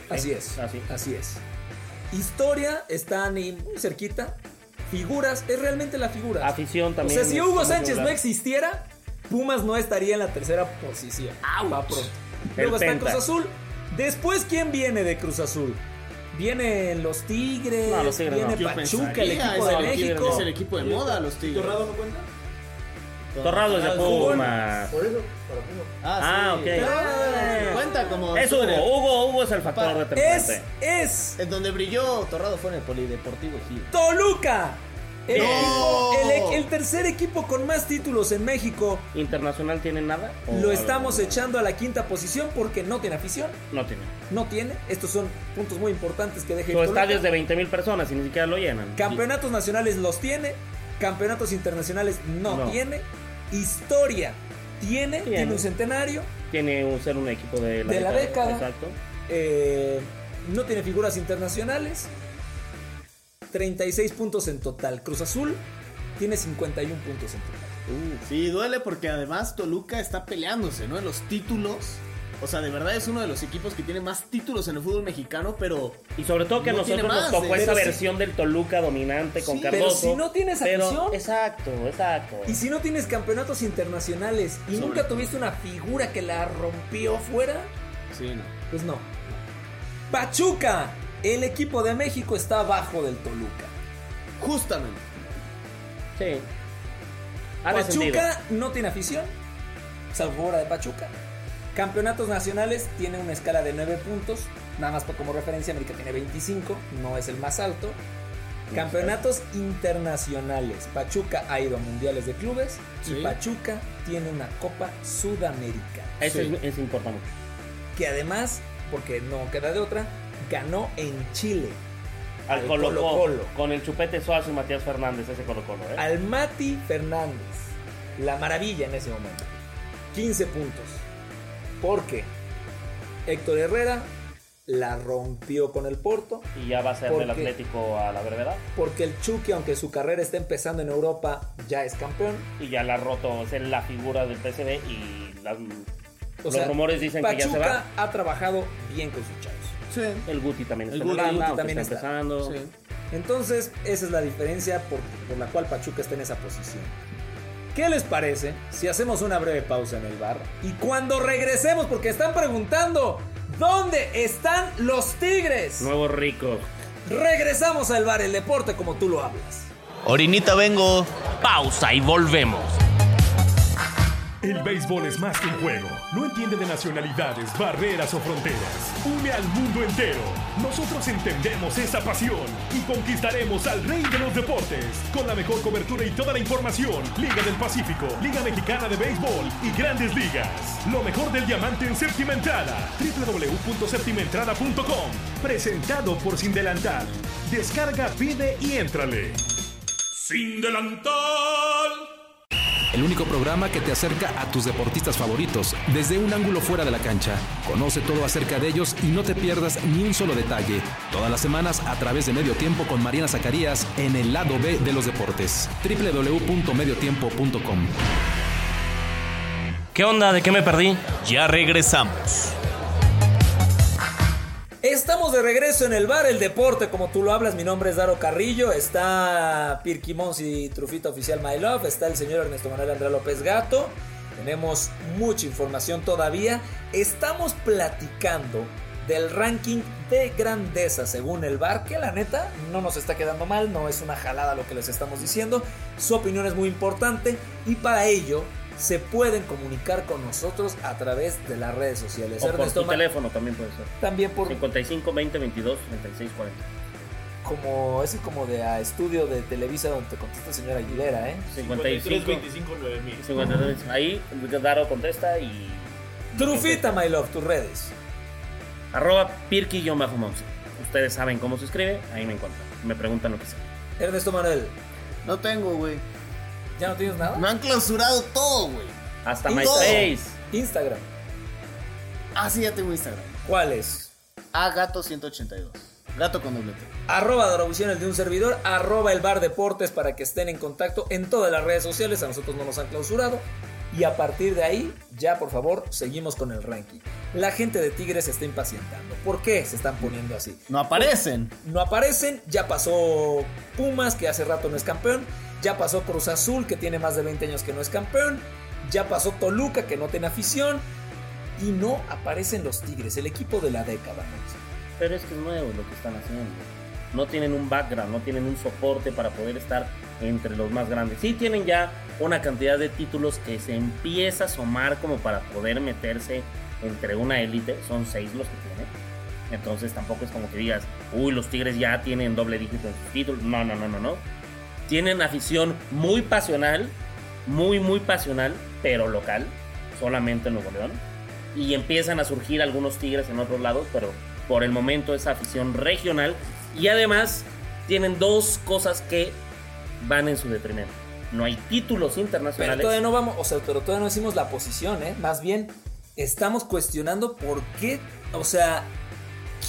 A: así es.
B: así.
A: Así es. Historia están ahí muy cerquita. Figuras, es realmente la figura.
B: Afición
A: O
B: también.
A: sea, si
B: es-
A: Hugo
B: es
A: Sánchez no
B: regular.
A: existiera, Pumas no estaría en la tercera posición.
C: Ouch.
A: Va pronto.
B: El
A: Luego está
B: Penta.
A: Cruz Azul. Después, ¿quién viene de Cruz Azul? Vienen los Tigres,
B: No, los Tigres
A: viene
B: no.
C: Yo
A: Pachuca, el
C: pensaría,
A: equipo
C: es
A: de
C: el equipo-
A: México.
C: Es el equipo de moda, los Tigres.
D: ¿Torrado no cuenta?
B: Torrado
A: Ah,
B: es de Pumas.
D: Por eso, para Pumas.
B: Ah,
C: sí.
B: ok.
C: Pero Cuenta como.
B: Es Hugo. Hugo, Hugo es el factor
C: Pa-
A: Es,
B: determinante.
A: es
C: En donde brilló Torrado fue en el Polideportivo Gil.
A: Toluca. El,
B: No.
A: equipo- el- el tercer equipo con más títulos en México.
B: ¿Internacional tiene nada? ¿O
A: Lo
B: algo?
A: estamos echando a la quinta posición porque no tiene afición.
B: No tiene.
A: No tiene. Estos son puntos muy importantes que deje. el
B: Su
A: Toluca.
B: estadio es de 20 mil personas y ni siquiera lo llenan.
A: Campeonatos nacionales los tiene, campeonatos internacionales no,
B: No.
A: tiene, historia tiene, tiene,
B: Tiene.
A: un centenario,
B: Tiene un ser un equipo de la
A: De la década.
B: Exacto.
A: eh, no tiene figuras internacionales, 36 puntos en total. Cruz Azul tiene 51 puntos en total.
C: Sí, duele porque además Toluca está peleándose, ¿no? En los títulos. O sea, de verdad es uno de los equipos que tiene más títulos en el fútbol mexicano, pero.
B: Y sobre todo que a
C: No tiene
B: nosotros nos
C: más,
B: tocó
C: eh.
B: esa
A: Pero si-
B: versión del Toluca dominante con
C: Sí,
B: Cardoso.
A: pero si no tienes
B: pero-
A: afición.
B: Exacto, exacto.
A: Y si no tienes campeonatos internacionales y
C: Sobre
A: nunca
C: todo.
A: tuviste una figura que la rompió fuera,
C: Sí, no.
A: pues no. Pachuca, el equipo de México está abajo del Toluca.
C: Justamente.
B: Sí. Ha descendido.
A: Pachuca no tiene afición, salvo fuera de Pachuca. Campeonatos nacionales tiene una escala de 9 puntos, nada más como referencia, América tiene 25, no es el más alto. Campeonatos internacionales, Pachuca ha ido a mundiales de clubes
C: Sí.
A: y Pachuca tiene una Copa Sudamericana,
B: Eso
C: Sí.
B: es, eso importa mucho.
A: que además, porque no queda de otra, ganó en Chile
B: Al
A: Al
B: Colo Colo,
A: Colo-Colo.
B: con el chupete Suazo y Matías Fernández, ese Colo Colo, ¿eh?
A: al Mati Fernández, la maravilla en ese momento. 15 puntos. Porque Héctor Herrera la rompió con el Porto.
B: Y ya va a ser
A: ¿Por
B: del
A: qué?
B: Atlético a la verdad.
A: Porque el Chucky, aunque su carrera está empezando en Europa, ya es campeón.
B: Y ya la ha roto, es la figura del PSV y las- los
A: sea,
B: rumores dicen que ya se
A: Pachuca
B: va.
A: ha trabajado bien con sus chavos.
C: Sí.
B: El Guti también
C: El
B: está,
C: Guti
B: empezando,
A: también
B: está
A: está.
B: empezando.
C: Sí.
A: Entonces, esa es la diferencia por, por la cual Pachuca está en esa posición. ¿Qué les parece si hacemos una breve pausa en el bar? Y cuando regresemos, porque están preguntando, ¿dónde están los Tigres?
B: Nuevos ricos.
A: Regresamos al bar, el deporte como tú lo hablas.
E: Orinita vengo.
F: Pausa y volvemos.
G: El béisbol es más que un juego. No entiende de nacionalidades, barreras o fronteras. Une al mundo entero. Nosotros entendemos esa pasión y conquistaremos al rey de los deportes. Con la mejor cobertura y toda la información. Liga del Pacífico, Liga Mexicana de Béisbol y Grandes Ligas. Lo mejor del diamante en séptima entrada. www.septimaentrada.com. Presentado por Sin Delantal. Descarga, pide y éntrale. Sin Delantal.
H: El único programa que te acerca a tus deportistas favoritos desde un ángulo fuera de la cancha. Conoce todo acerca de ellos y no te pierdas ni un solo detalle. Todas las semanas a través de Medio Tiempo con Mariana Zacarías en el lado B de los deportes. www.mediotiempo.com
F: ¿Qué onda? ¿De qué me perdí?
E: Ya regresamos.
A: Estamos de regreso en el bar, el deporte como tú lo hablas. Mi nombre es Daro Carrillo. Está Pirky y Trufita Oficial My Love. Está el señor Ernesto Manuel Andrés López Gato. Tenemos mucha información todavía. Estamos platicando del ranking de grandeza según el bar, que la neta no nos está quedando mal, no es una jalada lo que les estamos diciendo. Su opinión es muy importante y para ello se pueden comunicar con nosotros a través de las redes sociales.
B: O por
A: Ernesto
B: tu
A: Ma-
B: teléfono también puede ser.
A: También por
B: 55 20 22 36 40.
A: como ese como de a estudio de Televisa donde te contesta señora Aguilera, ¿eh?
B: 55
D: 25, 9000.
B: 53. Ahí Daro contesta y.
A: Trufita, my love, tus redes.
B: Arroba pirqui-monse. Ustedes saben cómo se escribe, ahí me encuentran. Me preguntan lo que sea.
A: Ernesto Manuel,
C: No tengo, güey.
A: ¿ya no tienes nada?
C: Me han clausurado todo, güey.
B: Hasta
A: Y
B: MySpace.
A: Instagram,
C: Ah, sí, ya tengo Instagram.
A: ¿cuál es?
C: A gato 182. Gato con doble T.
A: Arroba Dorobusiones de un servidor, arroba el bar deportes para que estén en contacto en todas las redes sociales, a nosotros no nos han clausurado. Y a partir de ahí, ya por favor, seguimos con el ranking. La gente de Tigres se está impacientando. ¿Por qué se están poniendo así?
C: No aparecen.
A: no aparecen. Ya pasó Pumas, que hace rato no es campeón. Ya pasó Cruz Azul, que tiene más de 20 años que no es campeón. Ya pasó Toluca, que no tiene afición. Y no aparecen los Tigres, el equipo de la década. ¿no?
B: Pero es que es nuevo lo que están haciendo. No tienen un background, no tienen un soporte para poder estar entre los más grandes. Sí tienen ya una cantidad de títulos que se empieza a asomar como para poder meterse entre una élite. Son seis los que tienen. Entonces tampoco es como que digas, uy, los Tigres ya tienen doble dígito en sus títulos. No, no, no, no, no. Tienen afición muy pasional, muy, muy pasional, pero local, solamente en Nuevo León. Y empiezan a surgir algunos Tigres en otros lados, pero por el momento es afición regional. Y además tienen dos cosas que van en su detrimento. No hay títulos
A: Pero
B: internacionales.
A: todavía no vamos, o sea, pero todavía no decimos la posición, ¿eh? Más bien, estamos cuestionando por qué, o sea,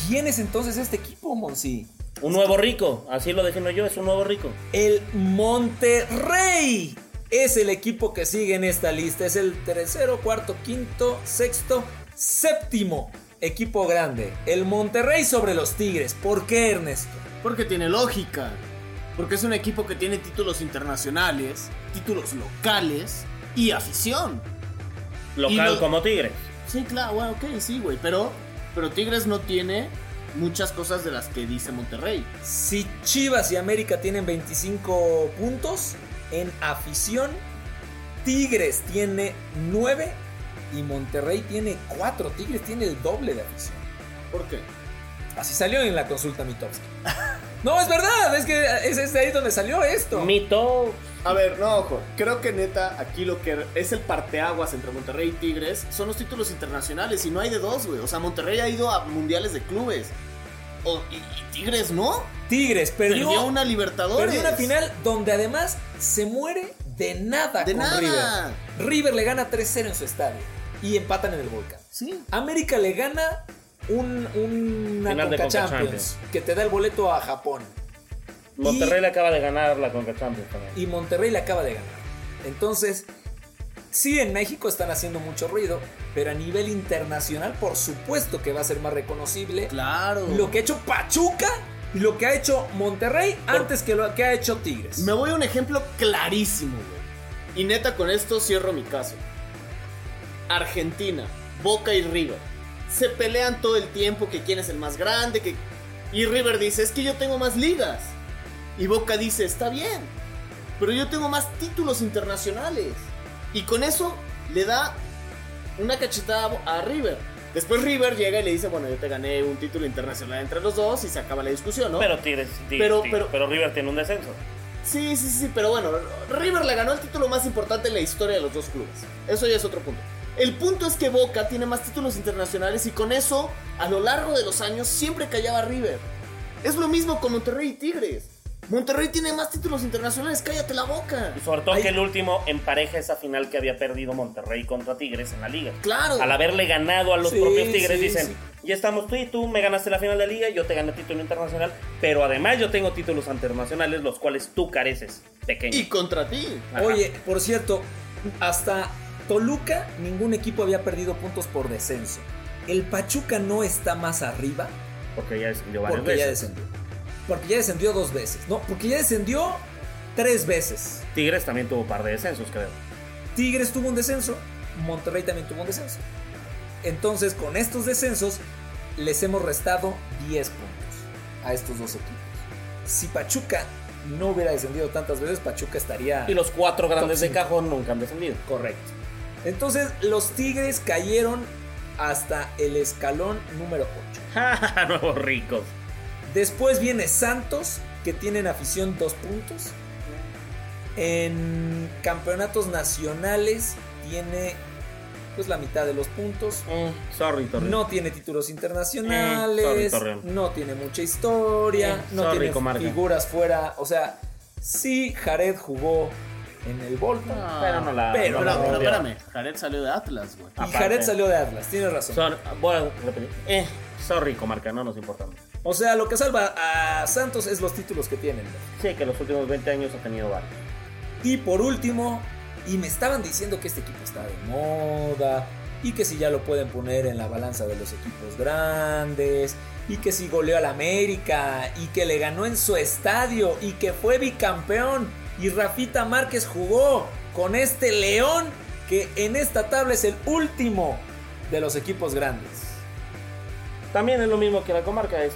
A: ¿quién es entonces este equipo, Monsi?
B: Un nuevo rico, así lo defino yo, es un nuevo rico.
A: El Monterrey es el equipo que sigue en esta lista. Es el tercero, cuarto, quinto, sexto, séptimo equipo grande. El Monterrey sobre los Tigres. ¿Por qué, Ernesto?
C: Porque tiene lógica. Porque es un equipo que tiene títulos internacionales, títulos locales y afición.
B: Local
C: lo-
B: como Tigres.
C: Sí, claro, bueno, ok, sí, güey. Pero, pero Tigres no tiene muchas cosas de las que dice Monterrey.
A: Si Chivas y América tienen 25 puntos en afición, Tigres tiene 9 y Monterrey tiene 4. Tigres tiene el doble de afición.
C: ¿Por qué?
A: Así salió en la consulta Mitowski. [laughs] No, es verdad, es que es, es de ahí donde salió esto.
B: Mito.
C: A ver, no, ojo. Creo que neta, aquí lo que es el parteaguas entre Monterrey y Tigres son los títulos internacionales y no hay de dos, güey. O sea, Monterrey ha ido a mundiales de clubes. O- y, y Tigres no.
A: Tigres perdió,
C: Perdió, una Libertadores.
A: perdió una final donde además se muere de nada
C: De
A: con
C: nada.
A: River. River le gana 3-0 en su estadio y empatan en el volcán.
C: Sí.
A: América le gana un, una
B: Final de
A: Conca
B: Conca
A: Champions
B: Champions.
A: que te da el boleto a Japón.
B: Monterrey le acaba de ganar la Conca Champions también.
A: y Monterrey le acaba de ganar. Entonces, sí, en México están haciendo mucho ruido, pero a nivel internacional, por supuesto que va a ser más reconocible
C: Claro.
A: lo que ha hecho Pachuca y lo que ha hecho Monterrey antes que lo que ha hecho Tigres.
C: Me voy a un ejemplo clarísimo, güey. Y neta, con esto cierro mi caso. Argentina, Boca y River. Se pelean todo el tiempo que quién es el más grande, que... Y River dice, es que yo tengo más ligas. Y Boca dice, está bien, pero yo tengo más títulos internacionales. Y con eso le da una cachetada a Bo- a River. Después River llega y le dice, bueno, yo te gané un título internacional entre los dos y se acaba la discusión, ¿no?
B: Pero Tigres, Tigres,
C: Pero-
B: Tigres,
C: pero-
B: pero River tiene un descenso.
C: Sí, sí, sí, pero bueno, River le ganó el título más importante en la historia de los dos clubes. Eso ya es otro punto. El punto es que Boca tiene más títulos internacionales y con eso, a lo largo de los años, siempre callaba a River. Es lo mismo con Monterrey y Tigres. Monterrey tiene más títulos internacionales, cállate la boca.
B: Y sobre todo
A: Ay.
B: que el último empareja esa final que había perdido Monterrey contra Tigres en la liga.
C: Claro.
B: Al haberle ganado a los
A: Sí,
B: propios Tigres,
A: sí,
B: dicen,
A: sí.
B: ya estamos tú y tú, me ganaste la final de la liga, yo te gané título internacional, pero además yo tengo títulos internacionales, los cuales tú careces, pequeño.
C: Y contra ti.
B: Ajá.
A: Oye, por cierto, hasta Toluca ningún equipo había perdido puntos por descenso. El Pachuca no está más arriba
B: Porque ya descendió varias
A: porque ya
B: veces.
A: descendió. Porque ya descendió dos veces. No, porque ya descendió tres veces.
B: Tigres también tuvo par de descensos, creo.
A: Tigres tuvo un descenso, Monterrey también tuvo un descenso. Entonces, con estos descensos, les hemos restado 10 puntos a estos dos equipos. Si Pachuca no hubiera descendido tantas veces, Pachuca estaría
B: Y los cuatro grandes de
A: cinco.
B: cajón nunca han descendido.
A: Ah. correcto. Entonces, los Tigres cayeron hasta el escalón número 8.
B: [laughs] Nuevos ricos.
A: Después viene Santos, que tienen afición dos puntos. En campeonatos nacionales tiene pues la mitad de los puntos.
B: Mm, sorry, Torreón.
A: No tiene títulos internacionales,
B: Eh, sorry, Torreón.
A: no tiene mucha historia,
B: Eh,
A: no
B: sorry,
A: tiene
B: comarca.
A: figuras fuera. O sea, sí, Jared jugó en el Volta,
B: pero no la-
A: pero Ah. la
C: Pero,
B: no la
A: rompió.
C: pero espérame, Jared salió de Atlas, güey.
A: Y
B: Ah, aparte.
A: Jared salió de Atlas, tienes razón.
B: Sorry, voy a repetir. Eh, sorry, comarca, no nos importa.
A: O sea, lo que salva a Santos es los títulos que tienen.
B: Sí, que los últimos 20 años ha tenido varios.
A: Y por último, y me estaban diciendo que este equipo está de moda, y que si ya lo pueden poner en la balanza de los equipos grandes, y que si goleó al América, y que le ganó en su estadio, y que fue bicampeón, y Rafita Márquez jugó con este León, que en esta tabla es el último de los equipos grandes.
B: También es lo mismo que la comarca, es.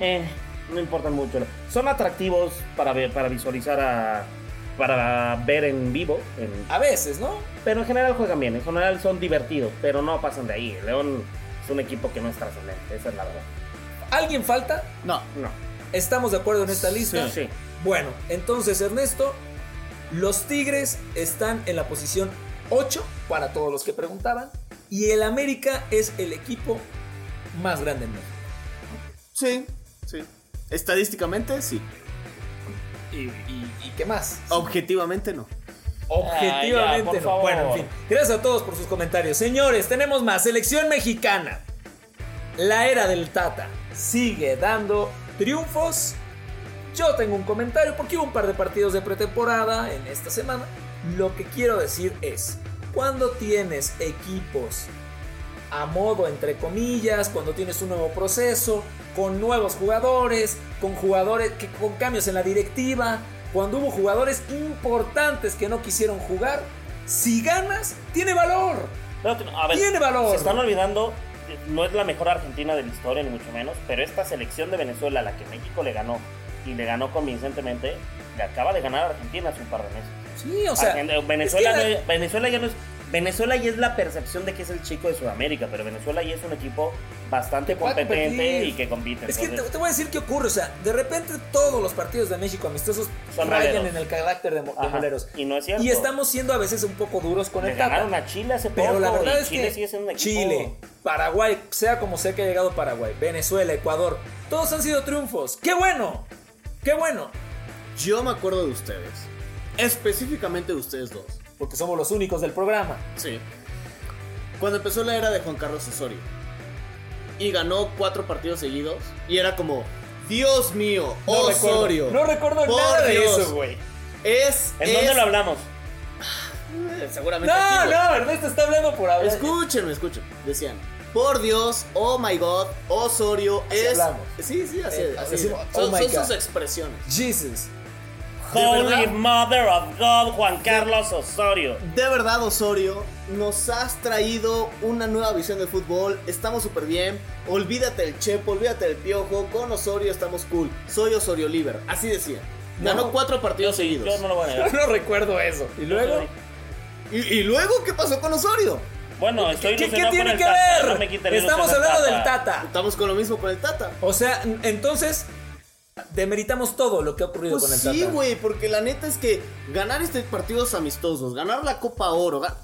B: eh, no importan mucho. Son atractivos para ver, para visualizar a. para ver en vivo. en-
A: A veces, ¿no?
B: pero en general juegan bien, en general son divertidos, pero no pasan de ahí. El León es un equipo que no es trascendente, esa es la verdad.
A: ¿Alguien falta?
C: No,
B: No.
A: ¿Estamos de acuerdo en esta lista?
B: Sí.
A: Bueno, entonces Ernesto, los Tigres están en la posición 8 para todos los que preguntaban y el América es el equipo más grande en México.
C: sí, sí. Estadísticamente, sí.
A: ¿Y, y- y qué más?
C: Objetivamente, no.
B: Ah, ya,
A: Objetivamente
B: por
A: no.
B: favor.
A: Bueno, en fin. Gracias a todos por sus comentarios. Señores, tenemos más. Selección mexicana. La era del Tata sigue dando triunfos. Yo tengo un comentario porque hubo un par de partidos de pretemporada en esta semana. Lo que quiero decir es, cuando tienes equipos a modo entre comillas, cuando tienes un nuevo proceso, con nuevos jugadores, con jugadores que con cambios en la directiva, cuando hubo jugadores importantes que no quisieron jugar, si ganas tiene valor.
B: Pero, a ver,
A: Tiene valor.
B: Se están olvidando, eh, no es la mejor Argentina de la historia, ni mucho menos, pero esta selección de Venezuela, la que México le ganó, y le ganó convincentemente, le acaba de ganar a Argentina hace un par de meses.
A: Sí, o sea.
B: Argent- Ah, Venezuela,
A: es que la-
B: no es- Venezuela ya no es. Venezuela ya es la percepción de que es el chico de Sudamérica, pero Venezuela ya es un equipo bastante
A: Que puede
B: competente
A: competir.
B: y que compite.
A: Es que te,
B: entonces-
A: te voy a decir qué ocurre, o sea, de repente todos los partidos de México amistosos
B: Son
A: rayan
B: moleros.
A: en el carácter de, mo- de
B: Ajá,
A: moleros.
B: y no es cierto.
A: Y estamos siendo a veces un poco duros con
B: le
A: el Tata.
B: ganaron a Chile hace poco.
A: Pero la verdad
B: y
A: es
B: Chile
A: que
B: sí es un equipo.
A: Chile, Paraguay, sea como sea que haya llegado Paraguay, Venezuela, Ecuador, todos han sido triunfos. ¡Qué bueno! ¡Qué bueno!
C: Yo me acuerdo de ustedes. Específicamente de ustedes dos.
A: Porque somos los únicos del programa.
C: Sí. Cuando empezó la era de Juan Carlos Osorio. Y ganó cuatro partidos seguidos. Y era como, Dios mío,
A: No recuerdo-
C: Osorio.
A: no recuerdo
C: por
A: nada de
C: Dios".
A: eso, güey.
C: Es.
B: ¿En
C: es-
B: dónde lo hablamos?
C: Eh, Seguramente. aquí,
A: No,
C: güey.
A: no, Ernesto está hablando por hablar.
C: Escúchenme, escúchenme. Decían, por Dios, oh my god, Osorio es.
A: hablamos.
C: Sí, sí, así,
A: Eh,
C: así.
A: decimos,
C: son
A: "Oh my
C: son
A: God".
C: sus expresiones.
A: Jesus.
C: ¿De
B: Holy
C: verdad?
B: Mother of God, Juan Carlos Osorio.
C: De verdad, Osorio, nos has traído una nueva visión de fútbol. Estamos súper bien. Olvídate del Chepo, olvídate del Piojo. Con Osorio estamos cool. Soy Osorio Oliver. Así decía. Ganó
A: No.
C: cuatro partidos seguidos.
B: Yo no lo voy a
A: Yo
B: negar.
A: no recuerdo eso. Y luego.
C: ¿Y, y luego qué pasó con Osorio?
B: Bueno, estoy
A: ¿Qué, qué
B: ilusionado con
A: tiene
B: el
A: que
B: Tata,
A: ver?
B: no me quita la
A: Estamos
B: ilusión
A: hablando del
B: Tata.
A: Tata.
C: Estamos con lo mismo con el Tata.
A: O sea, n- entonces demeritamos todo lo que ha ocurrido
C: Pues
A: con el
C: sí,
A: Tata.
C: güey, porque la neta es que ganar estos partidos amistosos, ganar la Copa Oro, ga-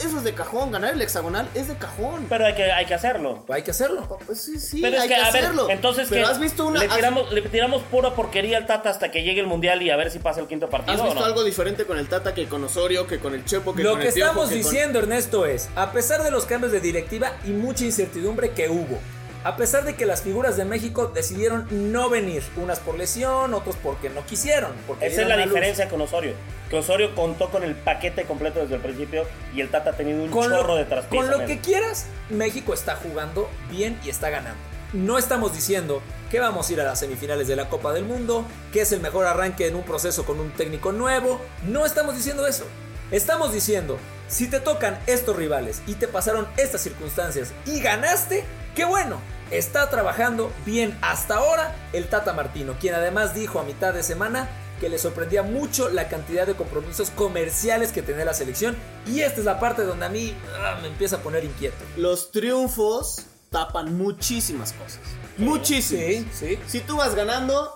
C: eso es de cajón, ganar el hexagonal es de cajón.
B: Pero hay que, hay que hacerlo.
A: Hay que hacerlo.
C: Pues sí, sí,
B: Pero es
C: hay
B: que,
C: que,
B: a ver,
C: hacerlo.
B: entonces
C: Pero
B: ¿qué?
C: has visto una
B: le
C: has-
B: tiramos, le tiramos pura porquería al Tata hasta que llegue el mundial y a ver si pasa el quinto partido.
C: ¿Has
B: o
C: visto
B: no?
C: algo diferente con el Tata que con Osorio, que con el Chepo, que
A: Lo
C: con
A: que
C: el Piojo,
A: estamos
C: que con-
A: diciendo, Ernesto, es, a pesar de los cambios de directiva y mucha incertidumbre que hubo, a pesar de que las figuras de México decidieron no venir, unas por lesión, otros porque no quisieron. Porque
B: Esa es
A: dieron
B: la
A: luz.
B: diferencia con Osorio. Que Osorio contó con el paquete completo desde el principio y el Tata ha tenido un
A: Con
B: chorro
A: lo,
B: de traspiés.
A: con lo
B: en él.
A: que quieras, México está jugando bien y está ganando. No estamos diciendo que vamos a ir a las semifinales de la Copa del Mundo, que es el mejor arranque en un proceso con un técnico nuevo. No estamos diciendo eso. Estamos diciendo, si te tocan estos rivales y te pasaron estas circunstancias y ganaste, qué bueno. Está trabajando bien hasta ahora el Tata Martino, quien además dijo a mitad de semana que le sorprendía mucho la cantidad de compromisos comerciales que tenía la selección. Y esta es la parte donde a mí ah, me empieza a poner inquieto.
C: Los triunfos tapan muchísimas cosas. Muchísimas.
A: sí,
C: Si tú vas ganando,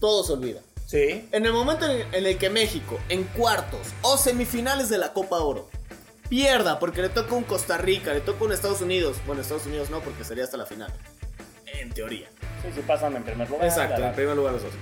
C: todo se olvida.
A: sí.
C: En el momento en en el que México, en cuartos o semifinales de la Copa Oro, pierda porque le toca un Costa Rica, le toca un Estados Unidos. Bueno, Estados Unidos no, porque sería hasta la final. En teoría.
B: Sí, sí, pasan en primer lugar. la- la-
C: primer lugar los dos.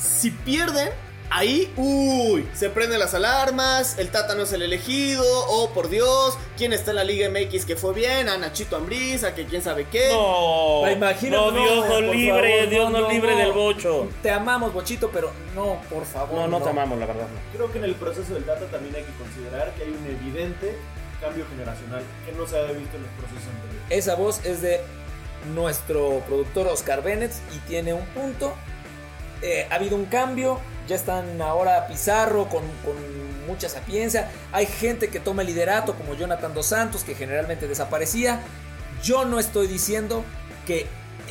C: Si pierden, ahí, uy, se prenden las alarmas, el Tata no es el elegido, oh por Dios, ¿quién está en la Liga MX que fue bien? A Nachito Ambriz, a que quién sabe qué.
B: No,
A: La imagino,
B: no,
A: no,
B: Dios
A: por
B: nos libre,
A: favor,
B: Dios
A: no,
B: nos
A: no,
B: libre
A: no.
B: del bocho.
A: Te amamos, Bochito, pero no, por favor.
B: No, no te amamos, la verdad. no.
D: Creo que en el proceso del Tata también hay que considerar que hay un evidente cambio generacional que no se había visto en los procesos anteriores.
A: Esa voz es de nuestro productor Oscar Bennett y tiene un punto. Eh, ha habido un cambio, ya están ahora Pizarro con, con mucha sapiencia. Hay gente que toma el liderato, como Jonathan Dos Santos, que generalmente desaparecía. Yo no estoy diciendo que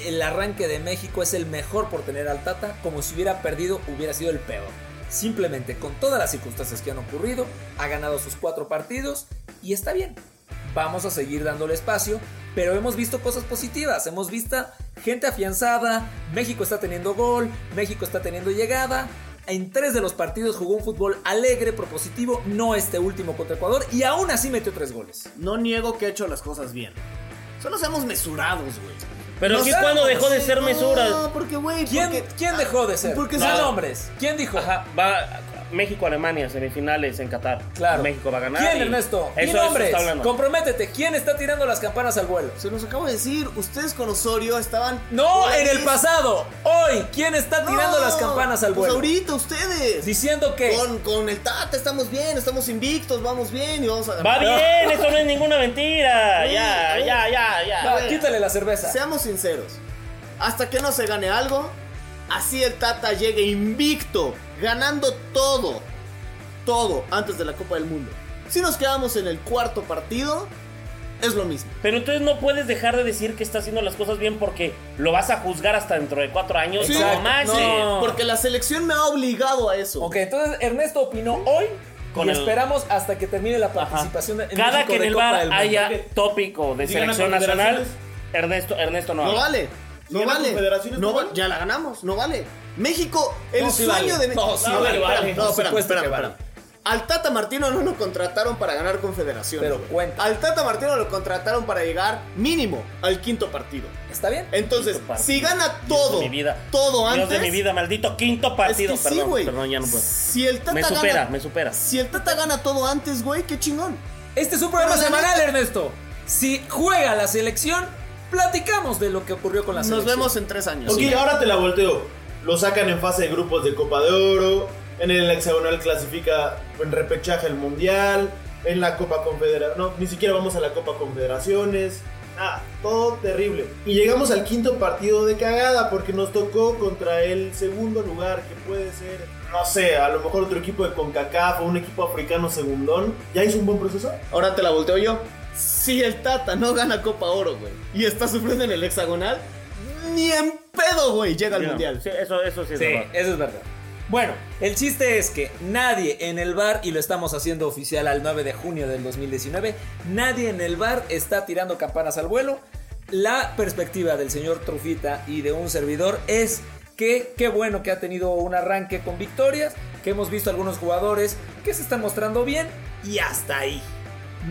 A: el arranque de México es el mejor por tener al Tata, como si hubiera perdido, hubiera sido el peor. Simplemente con todas las circunstancias que han ocurrido, ha ganado sus cuatro partidos y está bien. Vamos a seguir dándole espacio, pero hemos visto cosas positivas, hemos visto gente afianzada, México está teniendo gol, México está teniendo llegada. En tres de los partidos jugó un fútbol alegre, propositivo, no este último contra Ecuador, y aún así metió tres goles.
C: No niego que ha hecho las cosas bien. Solo seamos mesurados, güey.
B: Pero
A: No
B: es que
A: sabemos,
B: cuando dejó de
C: Sí,
B: ser
C: no,
B: mesura.
C: porque, güey,
A: ¿Quién,
C: porque- ah,
A: ¿quién dejó de ser?
C: Porque
A: Porque
C: son-
A: son hombres. ¿Quién dijo?
B: Ajá, va México-Alemania, semifinales en Qatar.
A: Claro.
B: México va a ganar.
A: ¿Quién,
B: y-
A: Ernesto?
B: Eso,
A: ¿Quién,
B: eso
A: hombres?
B: está hablando.
A: Comprométete. ¿Quién está tirando las campanas al vuelo?
C: Se nos acabo de decir, ustedes con Osorio estaban.
A: No,
C: Güey,
A: en el pasado. Hoy, ¿quién está
C: Pues no,
A: tirando las campanas al
C: pues
A: vuelo?
C: ahorita ustedes.
A: Diciendo que.
C: Con, con el Tata estamos bien, estamos invictos, vamos bien y vamos a
B: Va
C: [laughs] ganar.
B: bien, eso no es ninguna mentira.
C: Sí,
B: Ya,
C: sí.
B: ya, ya,
A: Ah,
B: ya.
A: quítale la cerveza.
C: Seamos sinceros. Hasta que no se gane algo, así el Tata llegue invicto, ganando todo. Todo antes de la Copa del Mundo. Si nos quedamos en el cuarto partido, es lo mismo.
B: Pero entonces no puedes dejar de decir que está haciendo las cosas bien porque lo vas a juzgar hasta dentro de cuatro años.
C: Sí,
B: No manches.
C: no, porque la selección me ha obligado a eso.
A: Ok, entonces Ernesto opinó hoy
B: Con
A: y
B: el-
A: esperamos hasta que termine la participación de- en
B: Cada
A: México
B: que en
A: de
B: el
A: Copa
B: bar
A: del Mundo.
B: haya tópico de
D: Digan las
B: selección nacional,
D: confederaciones.
B: Ernesto, Ernesto no.
C: No
B: habla.
C: vale. No
D: ¿Y en las
C: vale.
D: confederaciones
C: No
D: no
C: va-
D: vale?
C: Ya la ganamos. No vale. México, el
A: No, sí
C: sueño
A: vale.
C: de México.
A: No, sí
D: No,
A: vale,
D: vale, vale.
C: No,
A: Por
C: espérame,
A: supuesto
C: espérame,
A: que vale.
C: espérame. Al Tata Martino no lo contrataron para ganar confederaciones.
A: Pero
C: güey.
A: cuenta.
C: Al Tata Martino lo contrataron para llegar mínimo al quinto partido.
A: ¿Está bien?
C: Entonces,
B: Quinto partido.
C: si gana
B: Dios
C: todo,
B: de mi vida.
C: todo
B: Dios
C: antes.
B: de mi vida, maldito quinto
C: es que
B: partido.
C: sí,
B: perdón,
C: güey.
B: perdón, ya no puedo.
C: Si el Tata
B: Me supera,
C: gana,
B: me supera.
C: Si el Tata gana todo antes, güey, qué chingón.
A: Este es un programa
C: Pero la
A: semanal,
C: neta-
A: Ernesto. Si juega la selección, platicamos de lo que ocurrió con la
C: Nos
A: selección.
C: vemos en tres años.
D: Ok, ahora te la volteo. Lo sacan en fase de grupos de Copa de Oro. En el hexagonal clasifica en repechaje el Mundial. En la Copa Confederación. No, ni siquiera vamos a la Copa Confederaciones. Ah, todo terrible. Y llegamos al quinto partido de cagada porque nos tocó contra el segundo lugar que puede ser, no sé, a lo mejor otro equipo de CONCACAF o un equipo africano segundón. ¿Ya hizo un buen proceso?
C: Ahora te la volteo yo. Si el Tata no gana Copa Oro, güey, y está sufriendo en el hexagonal, ni en pedo, güey, llega al
B: Sí, no.
C: mundial.
B: Sí, eso, eso sí es
A: Sí,
B: verdad.
A: eso es verdad. Bueno, el chiste es que nadie en el bar, y lo estamos haciendo oficial al 9 de junio del 2019, nadie en el bar está tirando campanas al vuelo. La perspectiva del señor Trufita y de un servidor es que qué bueno que ha tenido un arranque con victorias, que hemos visto algunos jugadores que se están mostrando bien y hasta ahí.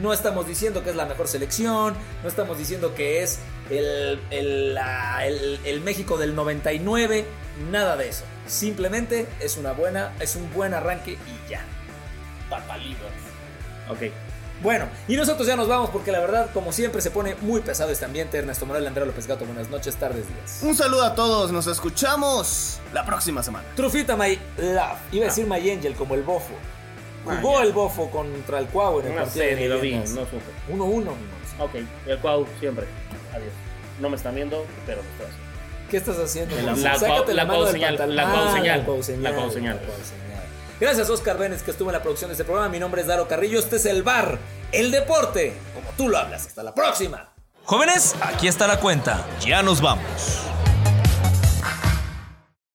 A: No estamos diciendo que es la mejor selección, no estamos diciendo que es el, el- la- el- el México del 99, nada de eso. Simplemente es una buena, es un buen arranque y ya.
B: Ok.
A: Bueno, y nosotros ya nos vamos porque la verdad, como siempre, se pone muy pesado este ambiente. Ernesto Morel, Andrea López Gato, buenas noches, tardes, días.
C: Un saludo a todos, nos escuchamos la próxima semana.
A: Trufita My Love, iba a decir My Angel como el bofo. Jugó el bofo contra el Cuau en el
B: No
A: partido
B: sé, ni lo
A: de
B: vi, no
A: viernes. 1-1,
B: supe.
A: mi Monse.
B: Ok, el Cuau siempre. Adiós. No me están viendo, pero me estás.
A: ¿Qué estás haciendo?
B: El
A: Monse?
B: la-
A: Sácate la,
B: la
A: mano
B: Cuau
A: del
B: señal,
A: pantalón.
B: la Cuau
A: Ah,
B: señal,
A: Cuau
B: la
A: señal,
B: Cuau señal.
A: Cuau señal. Gracias Oscar Benes que estuvo en la producción de este programa. Mi nombre es Daro Carrillo. Este es el bar, el deporte, como tú lo hablas. Hasta la próxima.
E: Jóvenes, aquí está la cuenta. Ya nos vamos.